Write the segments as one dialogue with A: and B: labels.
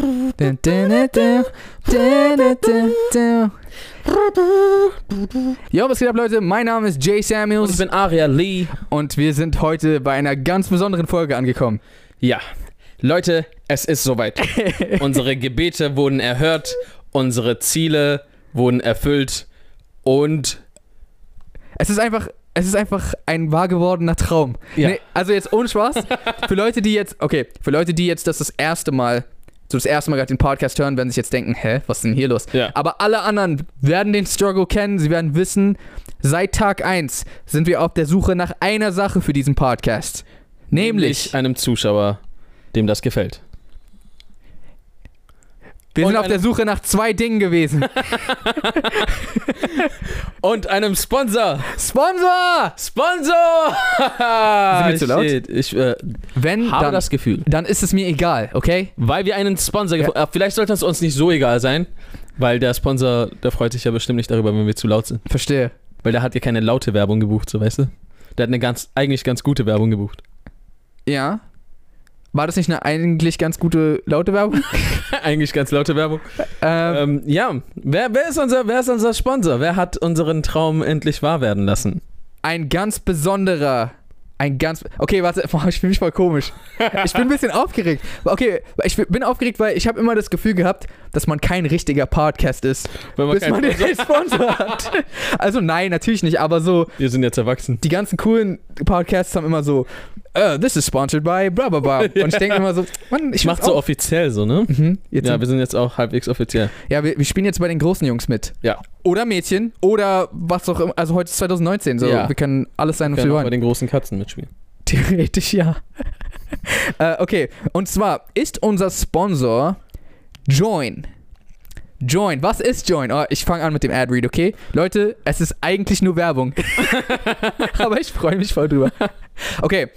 A: Dun, dun, dun, dun, dun, dun, dun. Jo, was geht ab, Leute? Mein Name ist Jay
B: Und ich
A: Samuels
B: bin Aria Lee.
A: und wir sind heute bei einer ganz besonderen Folge angekommen.
B: Ja. Leute, es ist soweit. unsere Gebete wurden erhört, unsere Ziele wurden erfüllt und
A: Es ist einfach, es ist einfach ein wahr gewordener Traum.
B: Ja.
A: Nee, also jetzt ohne Spaß. für Leute, die jetzt, okay, für Leute, die jetzt das das erste Mal, so das erste Mal gerade den Podcast hören, werden sich jetzt denken, hä, was ist denn hier los?
B: Ja.
A: Aber alle anderen werden den Struggle kennen, sie werden wissen, seit Tag 1 sind wir auf der Suche nach einer Sache für diesen Podcast. Nämlich,
B: einem Zuschauer, dem das gefällt.
A: wir
B: und
A: sind auf
B: eine-
A: der Suche nach zwei Dingen gewesen.
B: Und einem Sponsor.
A: Sponsor!
B: Sponsor!
A: Ah. wir zu laut?
B: Shit, Ich äh,
A: Wenn,
B: habe
A: dann,
B: das Gefühl,
A: dann ist es mir egal, okay?
B: weil wir einen Sponsor gefunden haben. Vielleicht sollte es uns nicht so egal sein, weil der Sponsor, der freut sich ja bestimmt nicht darüber, wenn wir zu laut sind.
A: Verstehe.
B: Weil der hat ja keine laute Werbung gebucht, so weißt du? Der hat eine ganz, eigentlich ganz gute Werbung gebucht.
A: Ja. War das nicht eine eigentlich ganz gute laute Werbung?
B: eigentlich ganz laute Werbung.
A: ähm,
B: Ähm, ja, wer, wer, ist unser, wer ist unser Sponsor? Wer hat unseren Traum endlich wahr werden lassen?
A: ein ganz besonderer. Ein ganz. Okay, warte, boah, ich fühle mich voll komisch. Ich bin ein bisschen aufgeregt. Okay, ich bin aufgeregt, weil ich habe immer das Gefühl gehabt, dass man kein richtiger Podcast ist,
B: Wenn
A: bis man den Sponsor hat. Also nein, natürlich nicht, aber so
B: Wir sind jetzt erwachsen.
A: die ganzen coolen Podcasts haben immer so, äh, this is sponsored by bla bla bla. Und ich denke immer so, Mann, ich
B: Ich mach's so offiziell so, ne?
A: Mhm, jetzt
B: Ja,
A: sind-
B: wir sind jetzt auch halbwegs offiziell.
A: ja wir, wir spielen jetzt bei den großen Jungs mit.
B: Ja.
A: Oder Mädchen oder was auch immer. Also heute ist 2019, so
B: Ja.
A: wir können alles sein,
B: Wir
A: was wir
B: können auch
A: wollen.
B: bei den großen Katzen mitspielen.
A: Theoretisch ja. äh, okay, und zwar ist unser Sponsor Join. Join, was ist Join? Oh, ich fange an mit dem Ad-Read, okay? Leute, es ist eigentlich nur Werbung. Aber ich freue mich voll drüber. Okay,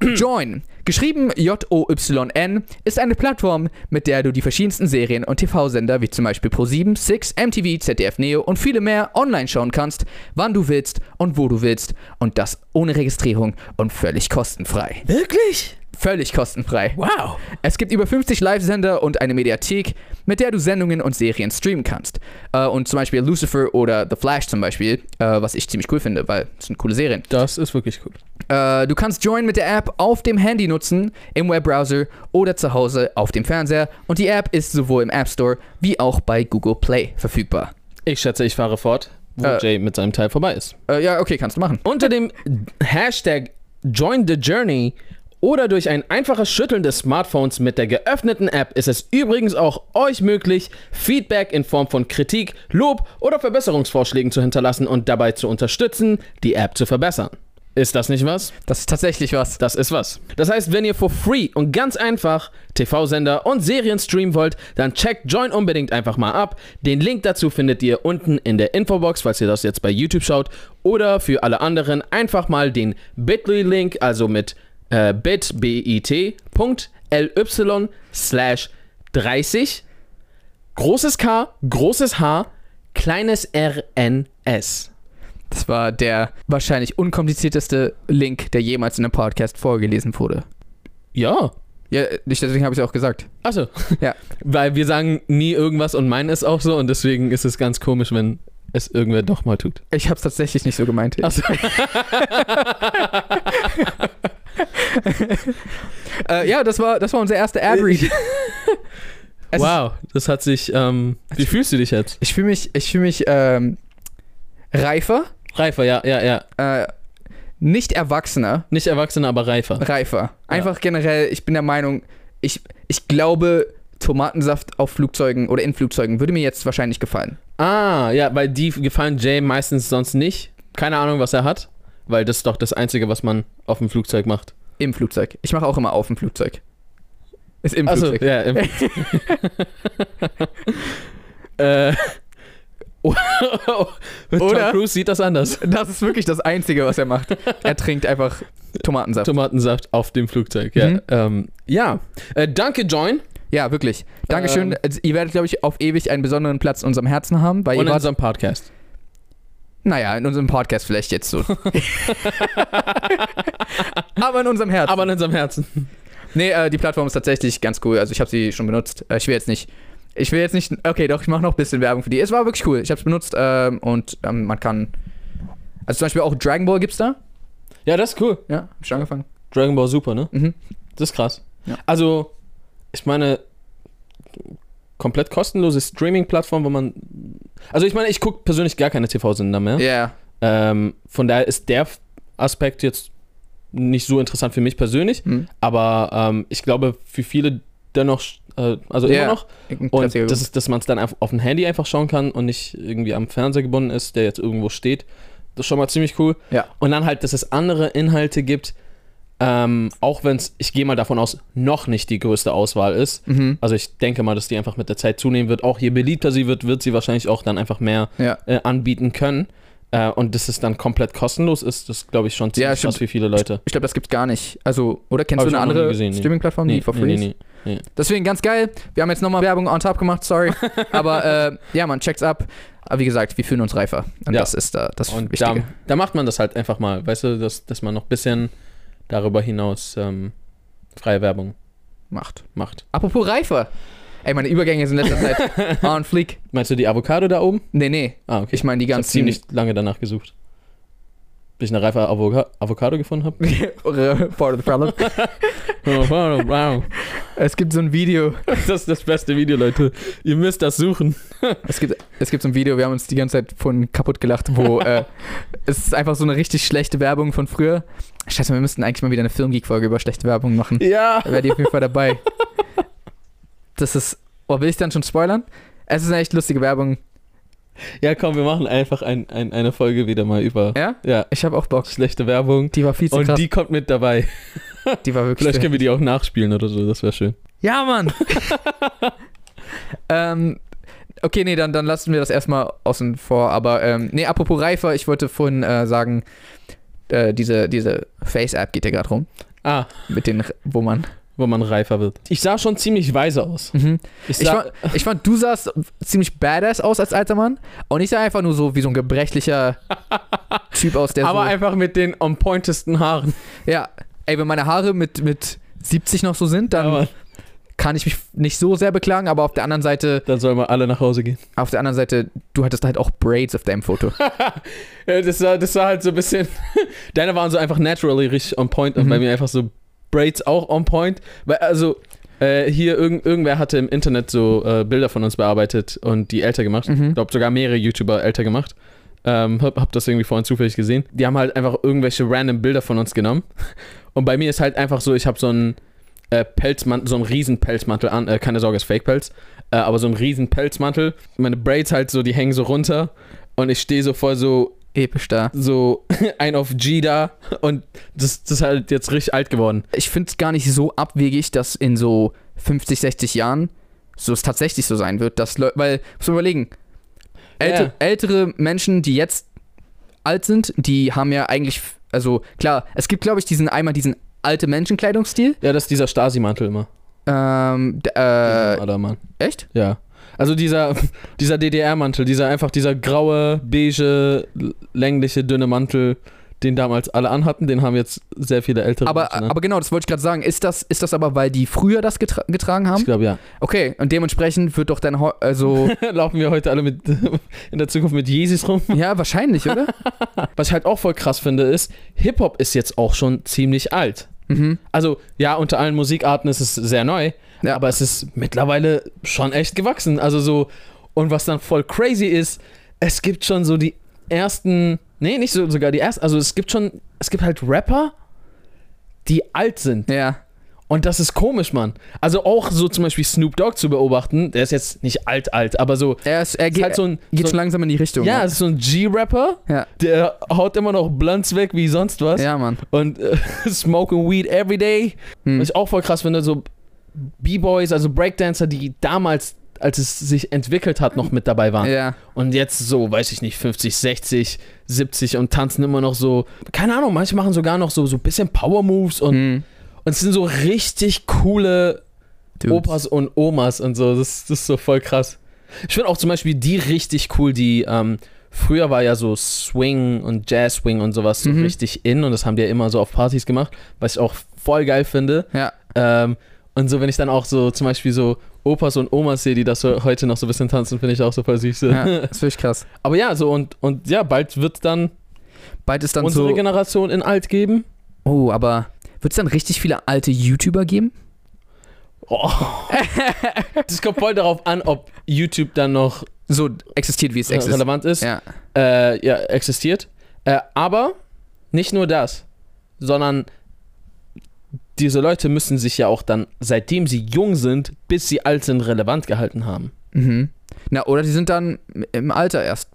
A: Join, geschrieben J-O-Y-N, ist eine Plattform, mit der du die verschiedensten Serien und TV-Sender wie zum Beispiel Pro7, Six, MTV, ZDF Neo und viele mehr online schauen kannst, wann du willst und wo du willst und das ohne Registrierung und völlig kostenfrei.
B: Wirklich?
A: Völlig kostenfrei.
B: Wow.
A: Es gibt über 50 Live-Sender und eine Mediathek, mit der du Sendungen und Serien streamen kannst. Äh, und zum Beispiel Lucifer oder The Flash zum Beispiel, äh, was ich ziemlich cool finde, weil es sind coole Serien.
B: Das ist wirklich cool.
A: Äh, du kannst Join mit der App auf dem Handy nutzen, im Webbrowser oder zu Hause auf dem Fernseher. Und die App ist sowohl im App Store wie auch bei Google Play verfügbar.
B: Ich schätze, ich fahre fort, wo
A: Äh.
B: Jay mit seinem Teil vorbei ist.
A: Äh, ja, okay, kannst du machen.
B: Unter dem Hashtag Join the Journey oder durch ein einfaches Schütteln des Smartphones mit der geöffneten App ist es übrigens auch euch möglich, Feedback in Form von Kritik, Lob oder Verbesserungsvorschlägen zu hinterlassen und dabei zu unterstützen, die App zu verbessern. Ist das nicht was?
A: Das ist tatsächlich was.
B: Das ist was. Das heißt, wenn ihr for free und ganz einfach TV-Sender und Serien streamen wollt, dann checkt Join unbedingt einfach mal ab. Den Link dazu findet ihr unten in der Infobox, falls ihr das jetzt bei YouTube schaut. Oder für alle anderen einfach mal den Bitly-Link, also mit äh, bit, B-I-T, Punkt, L-Y, slash 30, großes K, großes H, kleines R-N-S.
A: Das war der wahrscheinlich unkomplizierteste Link, der jemals in einem Podcast vorgelesen wurde.
B: Ja,
A: Ja, nicht deswegen habe ich es auch gesagt.
B: Achso.
A: Ja.
B: Weil wir sagen nie irgendwas und meinen es auch so und deswegen ist es ganz komisch, wenn es irgendwer doch mal tut.
A: Ich habe es tatsächlich nicht so gemeint.
B: Achso.
A: Äh, ja, das war, das war unser erster Ad-Read. Es ist-
B: wow, das hat sich. Ähm, wie fühlst du dich jetzt?
A: Ich fühle mich, ich fühl mich ähm, reifer,
B: Reifer, ja, ja, ja.
A: äh, nicht erwachsener,
B: Nicht Erwachsener, aber reifer.
A: reifer. Einfach generell, ich bin der Meinung, ich, ich glaube, Tomatensaft auf Flugzeugen oder in Flugzeugen würde mir jetzt wahrscheinlich gefallen.
B: Ah, ja, weil die gefallen Jay meistens sonst nicht. Keine Ahnung, was er hat, weil das ist doch das Einzige, was man auf dem Flugzeug macht.
A: Im Flugzeug. Ich mache auch immer auf dem Flugzeug. Ist im
B: Achso,
A: Flugzeug.
B: ja. Im äh, Tom
A: Oder-
B: Cruise sieht das anders.
A: Das ist wirklich das Einzige, was er macht. Er trinkt einfach Tomatensaft.
B: Tomatensaft auf dem Flugzeug, ja.
A: Äh, Mhm. Ah,
B: Ähm, ja. Äh, danke, Join.
A: ja, wirklich. Dankeschön.
B: Ähm.
A: Also, ihr werdet, glaube ich, auf ewig einen besonderen Platz in unserem Herzen haben, weil
B: und
A: ihr
B: in
A: wart,
B: unserem Podcast.
A: naja, in unserem Podcast vielleicht jetzt so. Aber in unserem Herzen.
B: Aber in unserem Herzen.
A: Nee, äh, die Plattform ist tatsächlich ganz cool. Also ich habe sie schon benutzt. Äh, ich will jetzt nicht. Ich will jetzt nicht. Okay, doch, ich mache noch ein bisschen Werbung für die. Es war wirklich cool. Ich habe es benutzt ähm, und ähm, man kann. Also zum Beispiel auch Dragon Ball gibt's da.
B: Ja, das ist cool.
A: Ja, hab ich schon angefangen.
B: Dragon Ball Super, ne?
A: Mhm.
B: Das ist krass.
A: Ja.
B: Also, ich meine, komplett kostenlose Streaming-Plattform, wo man. Also, ich meine, ich gucke persönlich gar keine TV-Sender mehr.
A: Ja.
B: Ähm, von daher ist der Aspekt jetzt nicht so interessant für mich persönlich,
A: Hm.
B: aber ähm, ich glaube, für viele dennoch, äh, also
A: Ja,
B: immer noch.
A: Ein
B: Und
A: Klassiker.
B: das ist, dass man es dann auf auf dem Handy einfach schauen kann und nicht irgendwie am Fernseher gebunden ist, der jetzt irgendwo steht. Das ist schon mal ziemlich cool.
A: Ja.
B: Und dann halt, dass es andere Inhalte gibt, ähm, auch wenn es, ich gehe mal davon aus, noch nicht die größte Auswahl ist.
A: mhm.
B: Also ich denke mal, dass die einfach mit der Zeit zunehmen wird. Auch je beliebter sie wird, wird sie wahrscheinlich auch dann einfach mehr
A: Ja.
B: äh, anbieten können. Äh, und dass es dann komplett kostenlos ist, das glaube ich schon ziemlich
A: Ja,
B: krass für viele Leute.
A: Ich glaube, das gibt's gar nicht. Also, oder kennst
B: Hab
A: du
B: ich
A: eine
B: auch noch nie
A: andere
B: gesehen, nee.
A: Streaming-Plattform, die for free ist? Deswegen ganz geil. Wir haben jetzt nochmal Werbung on top gemacht, sorry. Aber äh, ja, man checkt's ab. Aber wie gesagt, wir fühlen uns reifer. Und
B: Ja.
A: das ist da, das
B: Und da,
A: Wichtige.
B: da macht man das halt einfach mal, weißt du, dass, dass man noch ein bisschen darüber hinaus ähm, freie Werbung
A: Macht.
B: macht.
A: Apropos reifer. Ey, meine Übergänge sind in letzter Zeit on fleek.
B: Meinst du die Avocado da oben?
A: Nee, nee.
B: Ah, okay.
A: Ich meine die
B: Ich habe
A: ganzen...
B: ziemlich lange danach gesucht. Bis ich eine reife Avoca Avocado gefunden habe.
A: Part of the problem.
B: wow.
A: Es gibt so ein Video.
B: Das ist das beste Video, Leute. Ihr müsst das suchen.
A: Es gibt, es gibt so ein Video, wir haben uns die ganze Zeit von kaputt gelacht, wo äh, es ist einfach so eine richtig schlechte Werbung von früher. Scheiße, wir müssten eigentlich mal wieder eine Filmgeek-Folge über schlechte Werbung machen.
B: Ja.
A: Da wärt ihr auf jeden Fall dabei. Das ist. Oh, will ich dann schon spoilern? Es ist eine echt lustige Werbung.
B: Ja, komm, wir machen einfach ein, ein, eine Folge wieder mal über
A: Ja?
B: ja,
A: Ich habe auch Bock.
B: schlechte Werbung.
A: Die war viel zu
B: Und
A: krass.
B: die kommt mit dabei.
A: die war wirklich.
B: Vielleicht können wir die auch nachspielen oder so, das wäre schön.
A: ja, Mann! ähm, okay, nee, dann, dann lassen wir das erstmal außen vor. Aber, ähm, nee, apropos Reifer, ich wollte vorhin äh, sagen, äh, diese, diese Face-App geht ja gerade rum.
B: Ah,
A: Mit den, wo man.
B: wo man reifer wird. Ich sah schon ziemlich weise aus.
A: Mhm.
B: Ich
A: Ich,
B: sah,
A: fand, ich fand, du sahst ziemlich badass aus als alter Mann. Und ich sah einfach nur so wie so ein gebrechlicher Typ aus, der
B: aber
A: so.
B: einfach mit den on pointesten Haaren.
A: Ja, ey, wenn meine Haare mit, mit 70 noch so sind, dann
B: Aber
A: kann ich mich nicht so sehr beklagen, aber auf der anderen Seite,
B: dann sollen wir alle nach Hause gehen.
A: auf der anderen Seite, du hattest halt auch Braids auf deinem Foto.
B: Ja, das, war, das war halt so ein bisschen. Deine waren so einfach naturally richtig on point und
A: Mhm.
B: bei mir einfach so Braids auch on point. Weil, also. Äh, hier, irgend, irgendwer hatte im Internet so äh, Bilder von uns bearbeitet und die älter gemacht.
A: Mhm.
B: Ich glaube, sogar mehrere YouTuber älter gemacht. Ähm, hab, hab das irgendwie vorhin zufällig gesehen. Die haben halt einfach irgendwelche random Bilder von uns genommen. Und bei mir ist halt einfach so, ich habe so einen äh, Pelzmantel, so einen riesen Pelzmantel an. Äh, keine Sorge, ist Fake-Pelz. Äh, aber so einen riesen Pelzmantel. Meine Braids halt so, die hängen so runter. Und ich stehe so voll so,
A: Episch da.
B: so ein auf G da. Und das, das ist halt jetzt richtig alt geworden.
A: Ich finde es gar nicht so abwegig, dass in so 50, 60 Jahren so es tatsächlich so sein wird, dass Leute, weil, muss man überlegen, älte,
B: Ja.
A: ältere Menschen, die jetzt alt sind, die haben ja eigentlich, f- also klar, es gibt, glaube ich, diesen einmal diesen alte Menschenkleidungsstil.
B: Ja, das ist dieser Stasi-Mantel immer.
A: Ähm, d- äh,
B: Alter Mann.
A: echt?
B: Ja. Also dieser, dieser DDR-Mantel, dieser einfach dieser graue, beige, längliche, dünne Mantel, den damals alle anhatten, den haben jetzt sehr viele ältere
A: Aber,
B: Menschen, ne?
A: aber genau, das wollte ich gerade sagen. Ist das, ist das aber, weil die früher das getra getragen haben?
B: Ich glaube, ja.
A: Okay, und dementsprechend wird doch dann, heu- also,
B: Laufen wir heute alle mit, in der Zukunft mit Yeezys rum.
A: ja, wahrscheinlich, oder?
B: Was ich halt auch voll krass finde, ist, Hip-Hop ist jetzt auch schon ziemlich alt.
A: Mhm.
B: Also, ja, unter allen Musikarten ist es sehr neu,
A: Ja.
B: aber es ist mittlerweile schon echt gewachsen. Also so, und was dann voll crazy ist, es gibt schon so die ersten, nee, nicht so, sogar die ersten, also es gibt schon, es gibt halt Rapper, die alt sind.
A: Ja,
B: Und das ist komisch, Mann. Also auch so zum Beispiel Snoop Dogg zu beobachten, der ist jetzt nicht alt, alt, aber so,
A: er, ist, er
B: ist
A: geht,
B: halt so ein,
A: geht
B: so
A: schon
B: ein
A: langsam in die Richtung. ne?
B: ja, es ist so ein G-Rapper,
A: ja.
B: der haut immer noch Blunts weg wie sonst was
A: ja Mann.
B: und äh, smoking weed every day.
A: Hm.
B: Was ich auch voll krass finde, so B-Boys, also Breakdancer, die damals, als es sich entwickelt hat, noch mit dabei waren.
A: Ja.
B: Und jetzt so, weiß ich nicht, 50, 60, 70 und tanzen immer noch so, keine Ahnung, manche machen sogar noch so, so ein bisschen Power-Moves und,
A: Mhm.
B: und es sind so richtig coole
A: Dudes.
B: Opas und Omas und so. Das, das ist so voll krass. Ich finde auch zum Beispiel die richtig cool, die ähm, früher war ja so Swing und Jazz Swing und sowas so
A: Mhm.
B: richtig in und das haben die ja immer so auf Partys gemacht, was ich auch voll geil finde.
A: Ja.
B: Ähm, und so, wenn ich dann auch so zum Beispiel so Opas und Omas sehe, die das so heute noch so ein bisschen tanzen, finde ich auch so voll süß.
A: Ja, das finde ich krass.
B: Aber ja, so und, und ja, bald wird dann,
A: Bald ist dann
B: unsere
A: so.
B: Generation in alt geben.
A: Oh, aber wird es dann richtig viele alte YouTuber geben?
B: Oh. das kommt voll darauf an, ob YouTube dann noch
A: So existiert, wie es
B: äh,
A: existiert.
B: relevant ist.
A: Ja.
B: äh, ja, existiert. Äh, aber nicht nur das, sondern diese Leute müssen sich ja auch dann, seitdem sie jung sind, bis sie alt sind, relevant gehalten haben.
A: Mhm. Na, oder die sind dann im Alter erst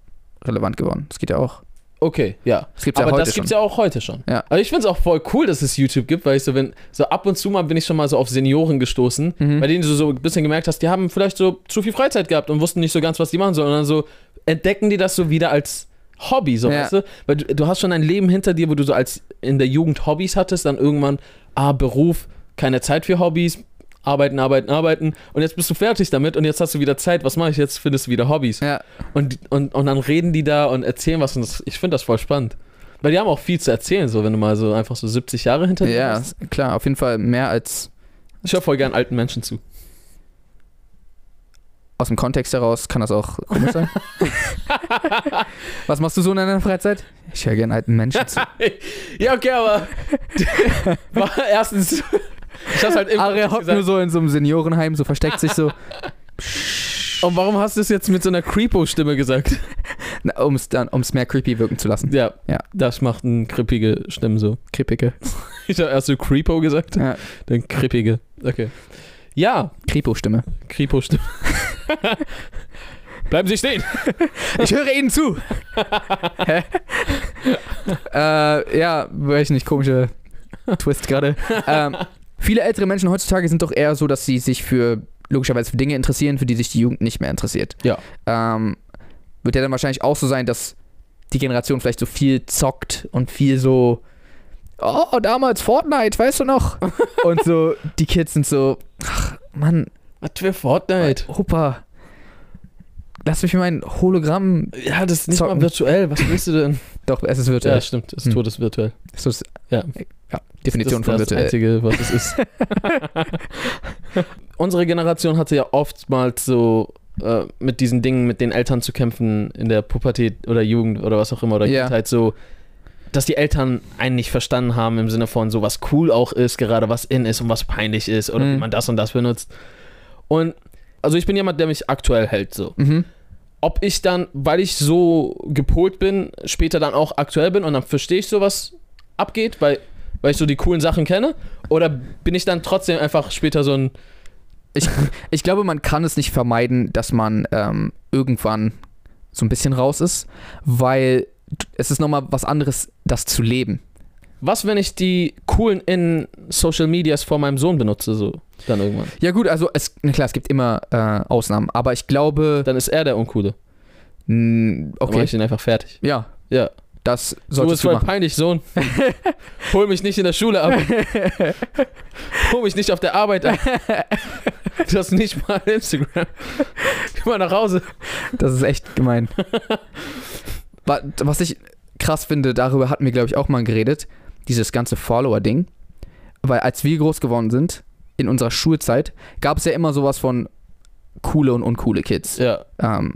A: relevant geworden. Das geht ja auch.
B: Okay, ja.
A: Das gibt's ja
B: aber
A: heute
B: das gibt's
A: schon.
B: ja auch heute schon.
A: Ja.
B: Aber ich finde es auch voll cool, dass es YouTube gibt, weil ich so, wenn, so ab und zu mal bin ich schon mal so auf Senioren gestoßen,
A: Mhm.
B: bei denen du so ein bisschen gemerkt hast, die haben vielleicht so zu viel Freizeit gehabt und wussten nicht so ganz, was die machen sollen. Und dann so entdecken die das so wieder als Hobby, so
A: Ja.
B: weißt du? Weil du, du hast schon ein Leben hinter dir, wo du so als in der Jugend Hobbys hattest, dann irgendwann, ah, Beruf, keine Zeit für Hobbys, arbeiten, arbeiten, arbeiten. Und jetzt bist du fertig damit und jetzt hast du wieder Zeit, was mache ich jetzt? Findest du wieder Hobbys.
A: Ja.
B: Und, und, und dann reden die da und erzählen was. Und das, ich finde das voll spannend. Weil die haben auch viel zu erzählen, so wenn du mal so einfach so 70 Jahre hinter dir
A: Ja,
B: hast.
A: klar, auf jeden Fall mehr als
B: Ich höre voll gern alten Menschen zu.
A: aus dem Kontext heraus kann das auch komisch sein. Was machst du so in deiner Freizeit? Ich höre gerne alten Menschen zu.
B: ja, okay, aber war erstens, ich hab's halt
A: Aria
B: immer
A: hockt nur
B: gesagt.
A: so in so einem Seniorenheim, so versteckt sich so,
B: Und warum hast du es jetzt mit so einer Creepo-Stimme gesagt?
A: um es um's mehr creepy wirken zu lassen.
B: Ja,
A: Ja.
B: das macht eine krippige Stimme so.
A: Krippige.
B: Ich habe erst so Creepo gesagt,
A: Ja,
B: dann krippige. Okay. Ja,
A: Kripo-Stimme.
B: Creepo-Stimme. Bleiben Sie stehen.
A: Ich höre Ihnen zu. Hä? äh, ja, weiß nicht, komische Twist gerade. Ähm, viele ältere Menschen heutzutage sind doch eher so, dass sie sich für logischerweise für Dinge interessieren, für die sich die Jugend nicht mehr interessiert.
B: Ja.
A: Ähm, wird ja dann wahrscheinlich auch so sein, dass die Generation vielleicht so viel zockt und viel so Oh, damals Fortnite, weißt du noch? und so, die Kids sind so, ach, Mann,
B: Was für Fortnite?
A: Opa, lass mich mein Hologramm
B: Ja, das ist nicht
A: Zocken.
B: mal virtuell. Was willst du denn?
A: Doch, es ist
B: Ja,
A: virtuell.
B: stimmt. Es
A: Hm.
B: ist todesvirtuell.
A: So ist,
B: Ja.
A: ja, Definition
B: das ist
A: von
B: das
A: virtuell.
B: Einzige, was es ist. Unsere Generation hatte ja oftmals so äh, mit diesen Dingen, mit den Eltern zu kämpfen in der Pubertät oder Jugend oder was auch immer oder
A: Ja.
B: Kindheit so, dass die Eltern einen nicht verstanden haben im Sinne von so was cool auch ist, gerade was in ist und was peinlich ist oder
A: Mhm.
B: wie man das und das benutzt. Und also ich bin jemand, der mich aktuell hält so.
A: Mhm.
B: ob ich dann, weil ich so gepolt bin, später dann auch aktuell bin und dann verstehe ich so, was abgeht, weil, weil ich so die coolen Sachen kenne? Oder bin ich dann trotzdem einfach später so ein.
A: Ich glaube, man kann es nicht vermeiden, dass man ähm, irgendwann so ein bisschen raus ist, weil es ist nochmal was anderes, das zu leben.
B: Was, wenn ich die coolen in Social Medias vor meinem Sohn benutze, so dann irgendwann?
A: Ja gut, also es, na klar, es gibt immer äh, Ausnahmen, aber ich glaube,
B: Dann ist er der Uncoole.
A: mh,
B: Dann mache
A: okay,
B: ich ihn einfach fertig.
A: ja,
B: Ja.
A: das
B: du halt bist
A: solltest du,
B: voll
A: machen.
B: peinlich, Sohn. Hol mich nicht in der Schule ab. Hol mich nicht auf der Arbeit ab. Du hast nicht mal Instagram. Geh mal nach Hause.
A: Das ist echt gemein. Wa- Was ich krass finde, darüber hatten wir, glaube ich, auch mal geredet, dieses ganze Follower-Ding. Weil als wir groß geworden sind, in unserer Schulzeit, gab es ja immer sowas von coole und uncoole Kids.
B: Ja.
A: Ähm,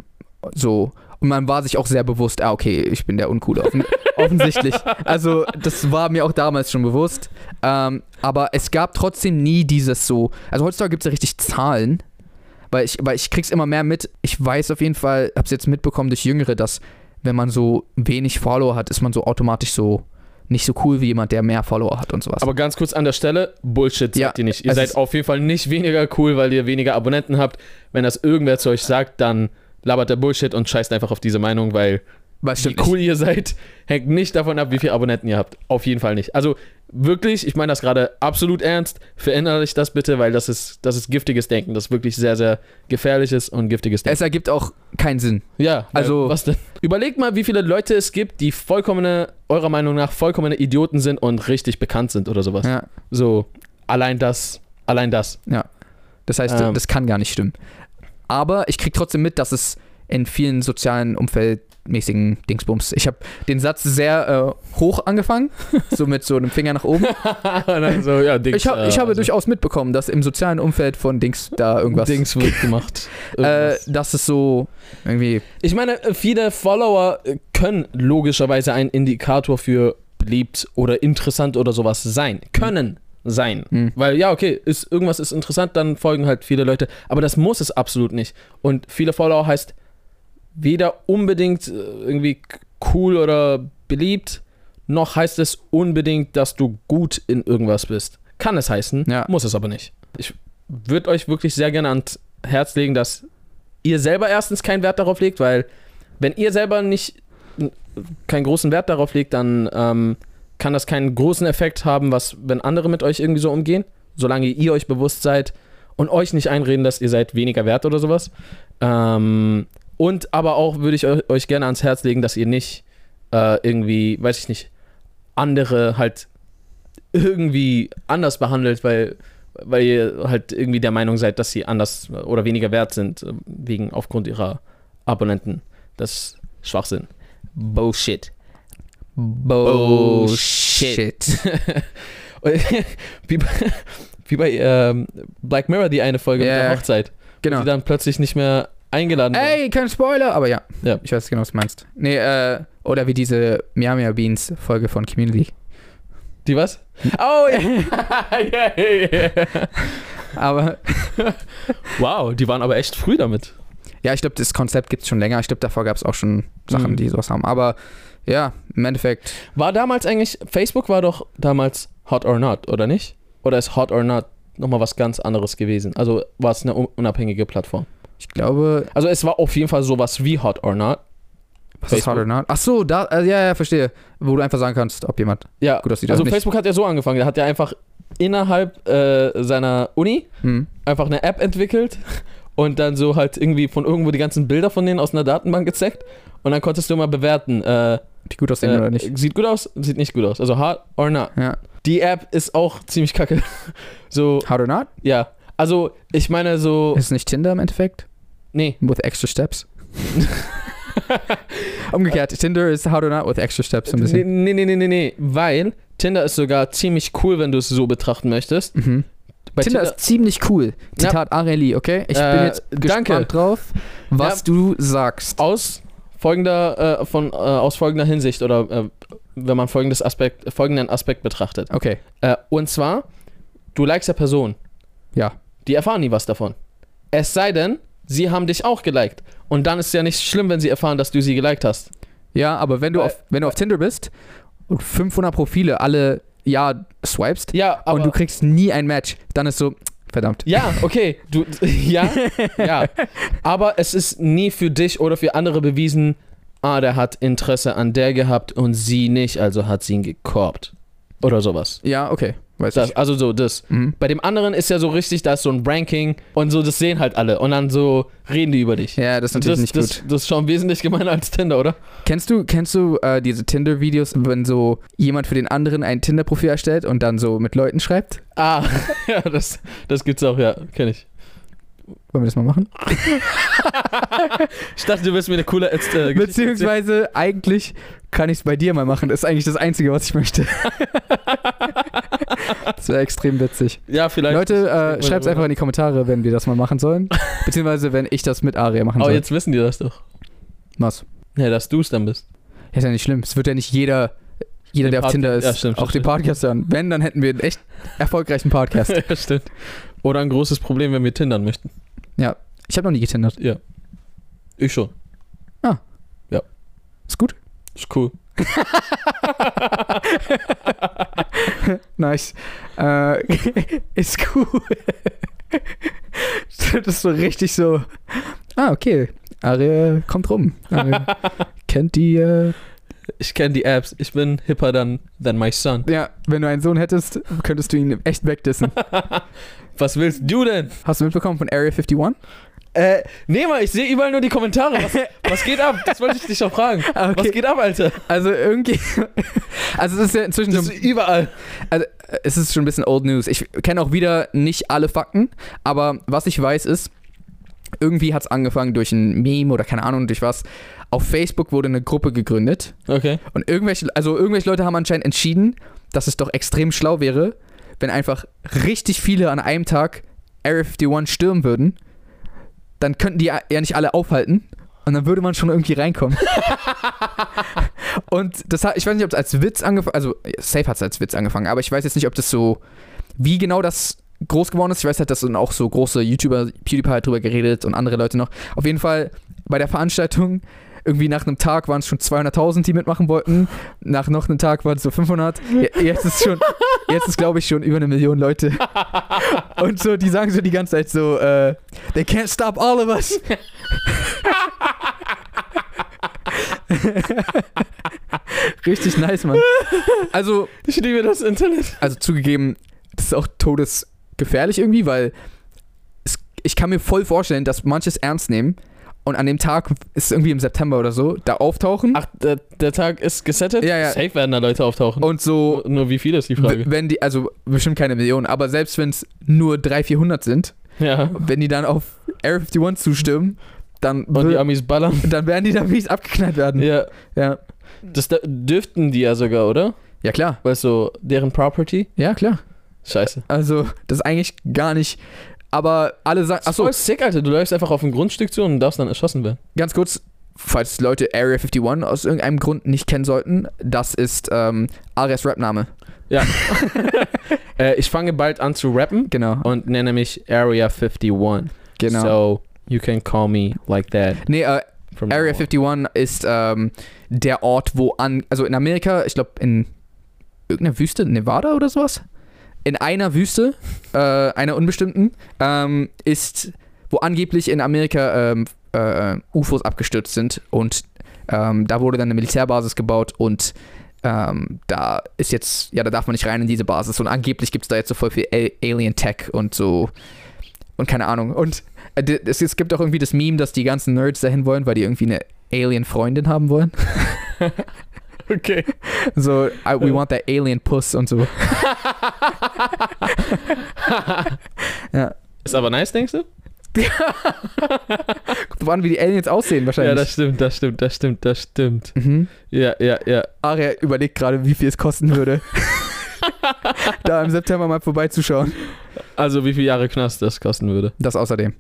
A: so. Und man war sich auch sehr bewusst, ah, okay, ich bin der Uncoole. Offen offensichtlich. Also, das war mir auch damals schon bewusst. Ähm, aber es gab trotzdem nie dieses so. Also, heutzutage gibt es ja richtig Zahlen. Weil ich, weil ich krieg's immer mehr mit. Ich weiß auf jeden Fall, hab's jetzt mitbekommen durch Jüngere, dass wenn man so wenig Follower hat, ist man so automatisch so nicht so cool wie jemand, der mehr Follower hat und sowas.
B: Aber ganz kurz an der Stelle, Bullshit sagt
A: Ja,
B: ihr nicht. Ihr
A: es
B: seid
A: ist-
B: auf jeden Fall nicht weniger cool, weil ihr weniger Abonnenten habt. Wenn das irgendwer zu euch sagt, dann labert der Bullshit und scheißt einfach auf diese Meinung, weil
A: was
B: wie cool ihr seid, hängt nicht davon ab, wie viele Abonnenten ihr habt. Auf jeden Fall nicht. Also wirklich, ich meine das gerade absolut ernst, verinnerlicht das bitte, weil das ist, das ist giftiges Denken. Das ist wirklich sehr, sehr gefährliches und giftiges Denken.
A: Es ergibt auch keinen Sinn.
B: Ja,
A: Also-
B: also was denn? Überlegt mal, wie viele Leute es gibt, die vollkommene, eurer Meinung nach, vollkommene Idioten sind und richtig bekannt sind oder sowas.
A: Ja.
B: So, allein das, allein das.
A: Das heißt,
B: Ähm.
A: das kann gar nicht stimmen. Aber ich krieg trotzdem mit, dass es in vielen sozialen Umfeld mäßigen Dingsbums. Ich habe den Satz sehr äh, hoch angefangen, so mit so einem Finger nach oben.
B: Dann so, ja, Dings,
A: Ich, hab, ich
B: äh,
A: habe
B: also
A: durchaus mitbekommen, dass im sozialen Umfeld von Dings da irgendwas,
B: Dings wird gemacht.
A: äh,
B: Irgendwas.
A: dass es so irgendwie
B: Ich meine, viele Follower äh, können logischerweise ein Indikator für beliebt oder interessant oder sowas sein. Können sein.
A: Mhm.
B: Weil ja, okay, ist, irgendwas ist interessant, dann folgen halt viele Leute. Aber das muss es absolut nicht. Und viele Follower heißt weder unbedingt äh, irgendwie k- cool oder beliebt, noch heißt es unbedingt, dass du gut in irgendwas bist. Kann es heißen,
A: Ja.
B: muss es aber nicht. Ich würde euch wirklich sehr gerne ans Herz legen, dass ihr selber erstens keinen Wert darauf legt, weil wenn ihr selber nicht n- keinen großen Wert darauf legt, dann ähm, kann das keinen großen Effekt haben, was wenn andere mit euch irgendwie so umgehen, solange ihr euch bewusst seid und euch nicht einreden, dass ihr seid weniger wert oder sowas. Ähm, und aber auch würde ich eu- euch gerne ans Herz legen, dass ihr nicht äh, irgendwie, weiß ich nicht, andere halt irgendwie anders behandelt, weil, weil ihr halt irgendwie der Meinung seid, dass sie anders oder weniger wert sind, äh, wegen aufgrund ihrer Abonnenten. Das ist Schwachsinn. Bullshit. Oh,
A: Bullshit.
B: wie bei, wie bei ähm, Black Mirror, die eine Folge
A: Ja,
B: mit
A: ja.
B: der Hochzeit,
A: Genau.
B: die dann plötzlich nicht mehr eingeladen war.
A: Ey, kein Spoiler, aber ja.
B: Ja.
A: Ich weiß genau, was du meinst. Nee, äh, oder wie diese Miam Miam Beans Folge von Community.
B: Die was? Oh, ja. ja, ja, ja.
A: Aber
B: Wow, die waren aber echt früh damit.
A: ja, ich glaube, das Konzept gibt es schon länger. Ich glaube, davor gab es auch schon Sachen,
B: Mhm.
A: die sowas haben. Aber ja, im Endeffekt,
B: War damals eigentlich, Facebook war doch damals Hot or Not, oder nicht? Oder ist Hot or Not nochmal was ganz anderes gewesen? Also war es eine un- unabhängige Plattform.
A: ich glaube,
B: Also es war auf jeden Fall sowas wie Hot or Not.
A: was ist
B: Facebook?
A: hard or not? Ach so, da, äh, ja, ja, verstehe. Wo du einfach sagen kannst, ob jemand.
B: Ja,
A: Gut, dass die das
B: also
A: nicht-
B: Facebook hat ja so angefangen. Da hat ja einfach innerhalb äh, seiner Uni
A: Hm.
B: einfach eine App entwickelt und dann so halt irgendwie von irgendwo die ganzen Bilder von denen aus einer Datenbank gezeckt und dann konntest du immer bewerten, äh,
A: Die gut aussehen
B: äh,
A: oder nicht.
B: sieht gut aus, sieht nicht gut aus. Also hard or not.
A: Ja.
B: Die App ist auch ziemlich kacke. So,
A: Hard or not?
B: ja. Also, ich meine so,
A: Ist es nicht Tinder im Endeffekt?
B: nee,
A: With extra steps? Umgekehrt, Tinder ist hard or not with extra steps ein
B: nee,
A: bisschen.
B: nee, nee, nee, nee, nee, weil Tinder ist sogar ziemlich cool, wenn du es so betrachten möchtest.
A: Mhm.
B: Bei
A: Tinder, ist ziemlich cool.
B: Ja.
A: Zitat Areli, okay? Ich bin
B: Äh,
A: jetzt gespannt
B: danke.
A: drauf, was du sagst.
B: aus folgender äh, von äh, aus folgender Hinsicht oder äh, wenn man folgendes Aspekt folgenden Aspekt betrachtet.
A: Okay.
B: Äh, und zwar, du likest der Person.
A: Ja.
B: Die erfahren nie was davon. Es sei denn, sie haben dich auch geliked. Und dann ist es ja nicht schlimm, wenn sie erfahren, dass du sie geliked hast.
A: Ja, aber wenn du,
B: Weil-
A: auf, wenn du auf Tinder bist und 500 Profile alle ja swipest
B: Ja, aber
A: und du kriegst nie ein Match, dann ist so, verdammt.
B: Ja, okay, du ja, ja, aber es ist nie für dich oder für andere bewiesen, ah, der hat Interesse an der gehabt und sie nicht, also hat sie ihn gekorbt oder sowas.
A: Ja, okay. Weiß
B: Das,
A: ich.
B: also so das.
A: Mhm.
B: Bei dem anderen ist ja so richtig, da ist so ein Ranking und so das sehen halt alle und dann so reden die über dich.
A: Ja, das ist
B: Und
A: natürlich nicht
B: das, das,
A: gut.
B: das ist schon wesentlich gemeiner als Tinder, oder?
A: Kennst du, kennst du äh, diese Tinder-Videos, wenn so jemand für den anderen ein Tinder-Profil erstellt und dann so mit Leuten schreibt?
B: Ah, ja, das, das gibt's auch, ja, kenne ich.
A: Wollen wir das mal machen?
B: Ich dachte, du wirst mir eine coole äh, Geschichte erzählen.
A: Beziehungsweise eigentlich kann ich es bei dir mal machen. Das ist eigentlich das Einzige, was ich möchte. das wäre extrem witzig.
B: Ja, vielleicht.
A: Leute, äh,
B: Ich-
A: schreibt einfach in die Kommentare, wenn wir das mal machen sollen. Beziehungsweise, wenn ich das mit Aria machen
B: Aber
A: soll.
B: Oh, jetzt wissen die das doch.
A: Was?
B: Ja, dass du es dann bist.
A: Ja, ist ja nicht schlimm. Es wird ja nicht jeder, jeder
B: Den
A: der auf
B: Pod-
A: Tinder ist,
B: Ja, stimmt,
A: auch den
B: stimmt,
A: Podcast hören. Wenn, dann hätten wir einen echt erfolgreichen Podcast.
B: ja, stimmt. Oder ein großes Problem, wenn wir tindern möchten.
A: Ich habe noch nie getindert.
B: Ich schon.
A: Ist gut?
B: Ist cool.
A: Nice. Äh, ist cool. das ist so richtig so. Ah, okay. Aria kommt rum. Aria kennt die. Äh,
B: Ich kenne die Apps. Ich bin hipper than, than my son.
A: ja, wenn du einen Sohn hättest, könntest du ihn echt wegdissen.
B: Was willst du denn?
A: Hast du mitbekommen von Area 51?
B: Äh, nee, mal, ich sehe überall nur die Kommentare. Was, was geht ab? Das wollte ich dich doch fragen.
A: Ah, okay.
B: Was geht ab, Alter?
A: Also irgendwie. Also es ist ja inzwischen
B: Das
A: so,
B: ist überall.
A: also, äh, es ist schon ein bisschen Old News. Ich kenne auch wieder nicht alle Fakten, aber was ich weiß ist, irgendwie hat es angefangen durch ein Meme oder keine Ahnung durch was. Auf Facebook wurde eine Gruppe gegründet
B: Okay.
A: und irgendwelche, also irgendwelche Leute haben anscheinend entschieden, dass es doch extrem schlau wäre, wenn einfach richtig viele an einem Tag Area 51 stürmen würden. Dann könnten die ja ja nicht alle aufhalten und dann würde man schon irgendwie reinkommen. und das hat, ich weiß nicht, ob es als Witz angefangen, also Safe hat es als Witz angefangen, aber ich weiß jetzt nicht, ob das so, wie genau das groß geworden ist. Ich weiß halt, dass dann auch so große YouTuber, PewDiePie hat drüber geredet und andere Leute noch. Auf jeden Fall bei der Veranstaltung irgendwie nach einem Tag waren es schon 200.000, die mitmachen wollten. Nach noch einem Tag waren es so 500. Je- Jetzt ist schon, jetzt ist glaube ich schon über eine Million Leute. Und so, die sagen so die ganze Zeit so, äh, they can't stop all of us. Richtig nice, Mann. Also,
B: Ich liebe das Internet.
A: also zugegeben, das ist auch todesgefährlich irgendwie, weil es, ich kann mir voll vorstellen, dass manches ernst nehmen und an dem Tag ist irgendwie im September oder so, da auftauchen
B: Ach, der, der Tag ist gesettet?
A: Ja, ja.
B: Safe werden da Leute auftauchen.
A: und so,
B: Nur wie viele ist die
A: w-
B: Frage?
A: wenn die, also bestimmt keine Millionen, aber selbst wenn es nur 300, 400 sind,
B: Ja.
A: wenn die dann auf Air 51 zustimmen, dann,
B: Und die
A: wür-
B: Amis ballern.
A: dann werden die dann mies abgeknallt werden. Ja.
B: Ja.
A: Ja,
B: Das da- dürften die ja sogar, oder?
A: klar.
B: Weil so deren Property.
A: Ja, klar.
B: Scheiße.
A: Also, das ist eigentlich gar nicht, aber alle sagen,
B: Achso.
A: achso,
B: Voll sick, Alter. Du läufst einfach auf ein Grundstück zu und darfst dann erschossen werden.
A: Ganz kurz, falls Leute Area 51 aus irgendeinem Grund nicht kennen sollten, das ist ähm, Arias Rap-Name.
B: Äh, ich fange bald an zu rappen
A: Genau.
B: und nenne mich Area 51.
A: genau.
B: So, you can call me like that.
A: nee, äh,
B: from
A: Area
B: now on.
A: 51 ist ähm, der Ort, wo an. Also in Amerika, ich glaube in irgendeiner Wüste, Nevada oder sowas? In einer Wüste, äh, einer unbestimmten, ähm, ist, wo angeblich in Amerika ähm, äh, UFOs abgestürzt sind und ähm, da wurde dann eine Militärbasis gebaut und ähm, da ist jetzt, ja, da darf man nicht rein in diese Basis und angeblich gibt es da jetzt so voll viel A- Alien-Tech und so und keine Ahnung. Und äh, d- es, es gibt auch irgendwie das Meme, dass die ganzen Nerds dahin wollen, weil die irgendwie eine Alien-Freundin haben wollen.
B: Okay.
A: So, I, we want that alien puss und so. Ja.
B: Ist aber nice, denkst du?
A: Kommt drauf an, wie die Aliens aussehen wahrscheinlich.
B: Ja, das stimmt, das stimmt, das stimmt, das stimmt.
A: mhm.
B: Ja, ja, ja.
A: Aria überlegt gerade, wie viel es kosten würde. da im September mal vorbeizuschauen.
B: Also, wie viele Jahre Knast das kosten würde.
A: Das außerdem.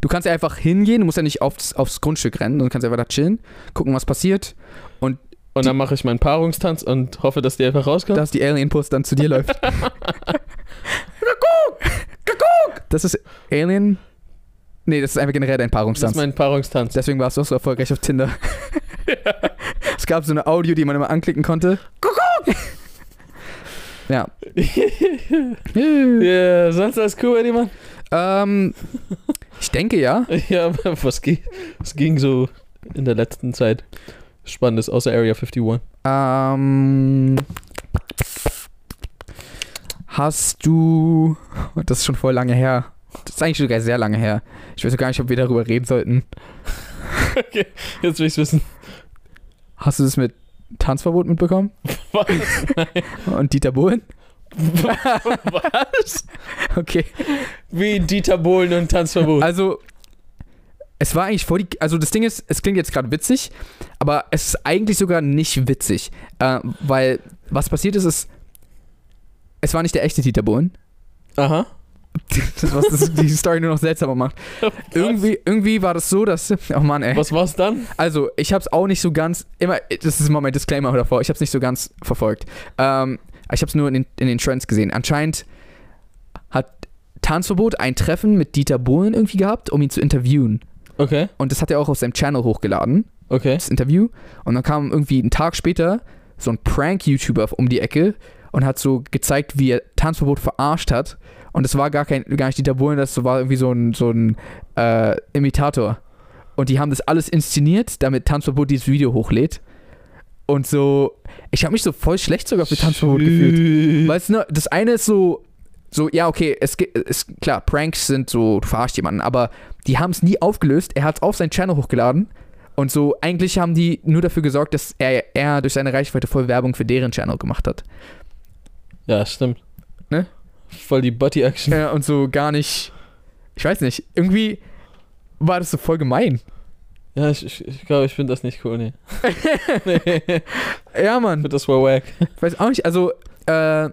A: Du kannst ja einfach hingehen, du musst ja nicht aufs, aufs Grundstück rennen, sondern kannst einfach da chillen, gucken, was passiert,
B: Und dann mache ich meinen Paarungstanz und hoffe, dass die einfach rauskommt.
A: dass die Alien-Puss dann zu dir läuft. Kuckuck! Kuckuck! Das ist Alien. Nee, das ist einfach generell dein
B: Das ist
A: Paarungstanz.
B: mein Paarungstanz.
A: Deswegen warst du auch so erfolgreich auf Tinder. es gab so eine Audio, die man immer anklicken konnte. Kuckuck! ja.
B: Ja, sonst alles cool bei dir, Mann?
A: ähm, ich denke ja.
B: Ja, aber was ging, was ging so in der letzten Zeit? Spannendes, außer Area 51.
A: Ähm, hast du. Das ist schon voll lange her. Das ist eigentlich sogar sehr lange her. Ich weiß gar nicht, ob wir darüber reden sollten.
B: Jetzt will ich's wissen.
A: Hast du das mit Tanzverbot mitbekommen?
B: Was?
A: Und Dieter Bohlen?
B: was?
A: Okay.
B: Wie Dieter Bohlen und Tanzverbot.
A: Also, es war eigentlich voll die. Also, das Ding ist, es klingt jetzt gerade witzig, aber es ist eigentlich sogar nicht witzig. Äh, weil, was passiert ist, ist. Es war nicht der echte Dieter Bohlen.
B: Aha.
A: Das, was das, die Story nur noch seltsamer macht.
B: Oh,
A: Irgendwie, irgendwie war das so, dass. Oh Mann, ey.
B: Was war's dann?
A: Also, ich hab's auch nicht so ganz. Immer, das ist mal mein Disclaimer davor. Ich hab's nicht so ganz verfolgt. Ähm, ich hab's nur in den, in den Trends gesehen. Anscheinend hat Tanzverbot ein Treffen mit Dieter Bohlen irgendwie gehabt, um ihn zu interviewen.
B: Okay,
A: Und das hat er auch auf seinem Channel hochgeladen,
B: okay.
A: das Interview. Und dann kam irgendwie einen Tag später so ein Prank-YouTuber um die Ecke und hat so gezeigt, wie er Tanzverbot verarscht hat. Und es war gar kein, gar nicht Dieter Bohlen, das war irgendwie so ein, so ein äh, Imitator. Und die haben das alles inszeniert, damit Tanzverbot dieses Video hochlädt. Und so, ich habe mich so voll schlecht sogar für Tanzverbot gefühlt.
B: gefühlt.
A: Weißt du, ne, das eine ist so, so ja, okay, es ge- ist klar, Pranks sind so, du verarschst jemanden, aber die haben es nie aufgelöst. Er hat es auf seinen Channel hochgeladen und so, eigentlich haben die nur dafür gesorgt, dass er, er durch seine Reichweite voll Werbung für deren Channel gemacht hat.
B: Ja, stimmt.
A: Ne? Hm.
B: Voll die Body-Action.
A: Äh, und so gar nicht, ich weiß nicht, irgendwie war das so voll gemein.
B: Ja, ich, ich, ich glaube, ich finde das nicht cool, nee. nee. Ich
A: Ja, Mann.
B: finde das voll wack.
A: Ich weiß auch nicht, also, äh,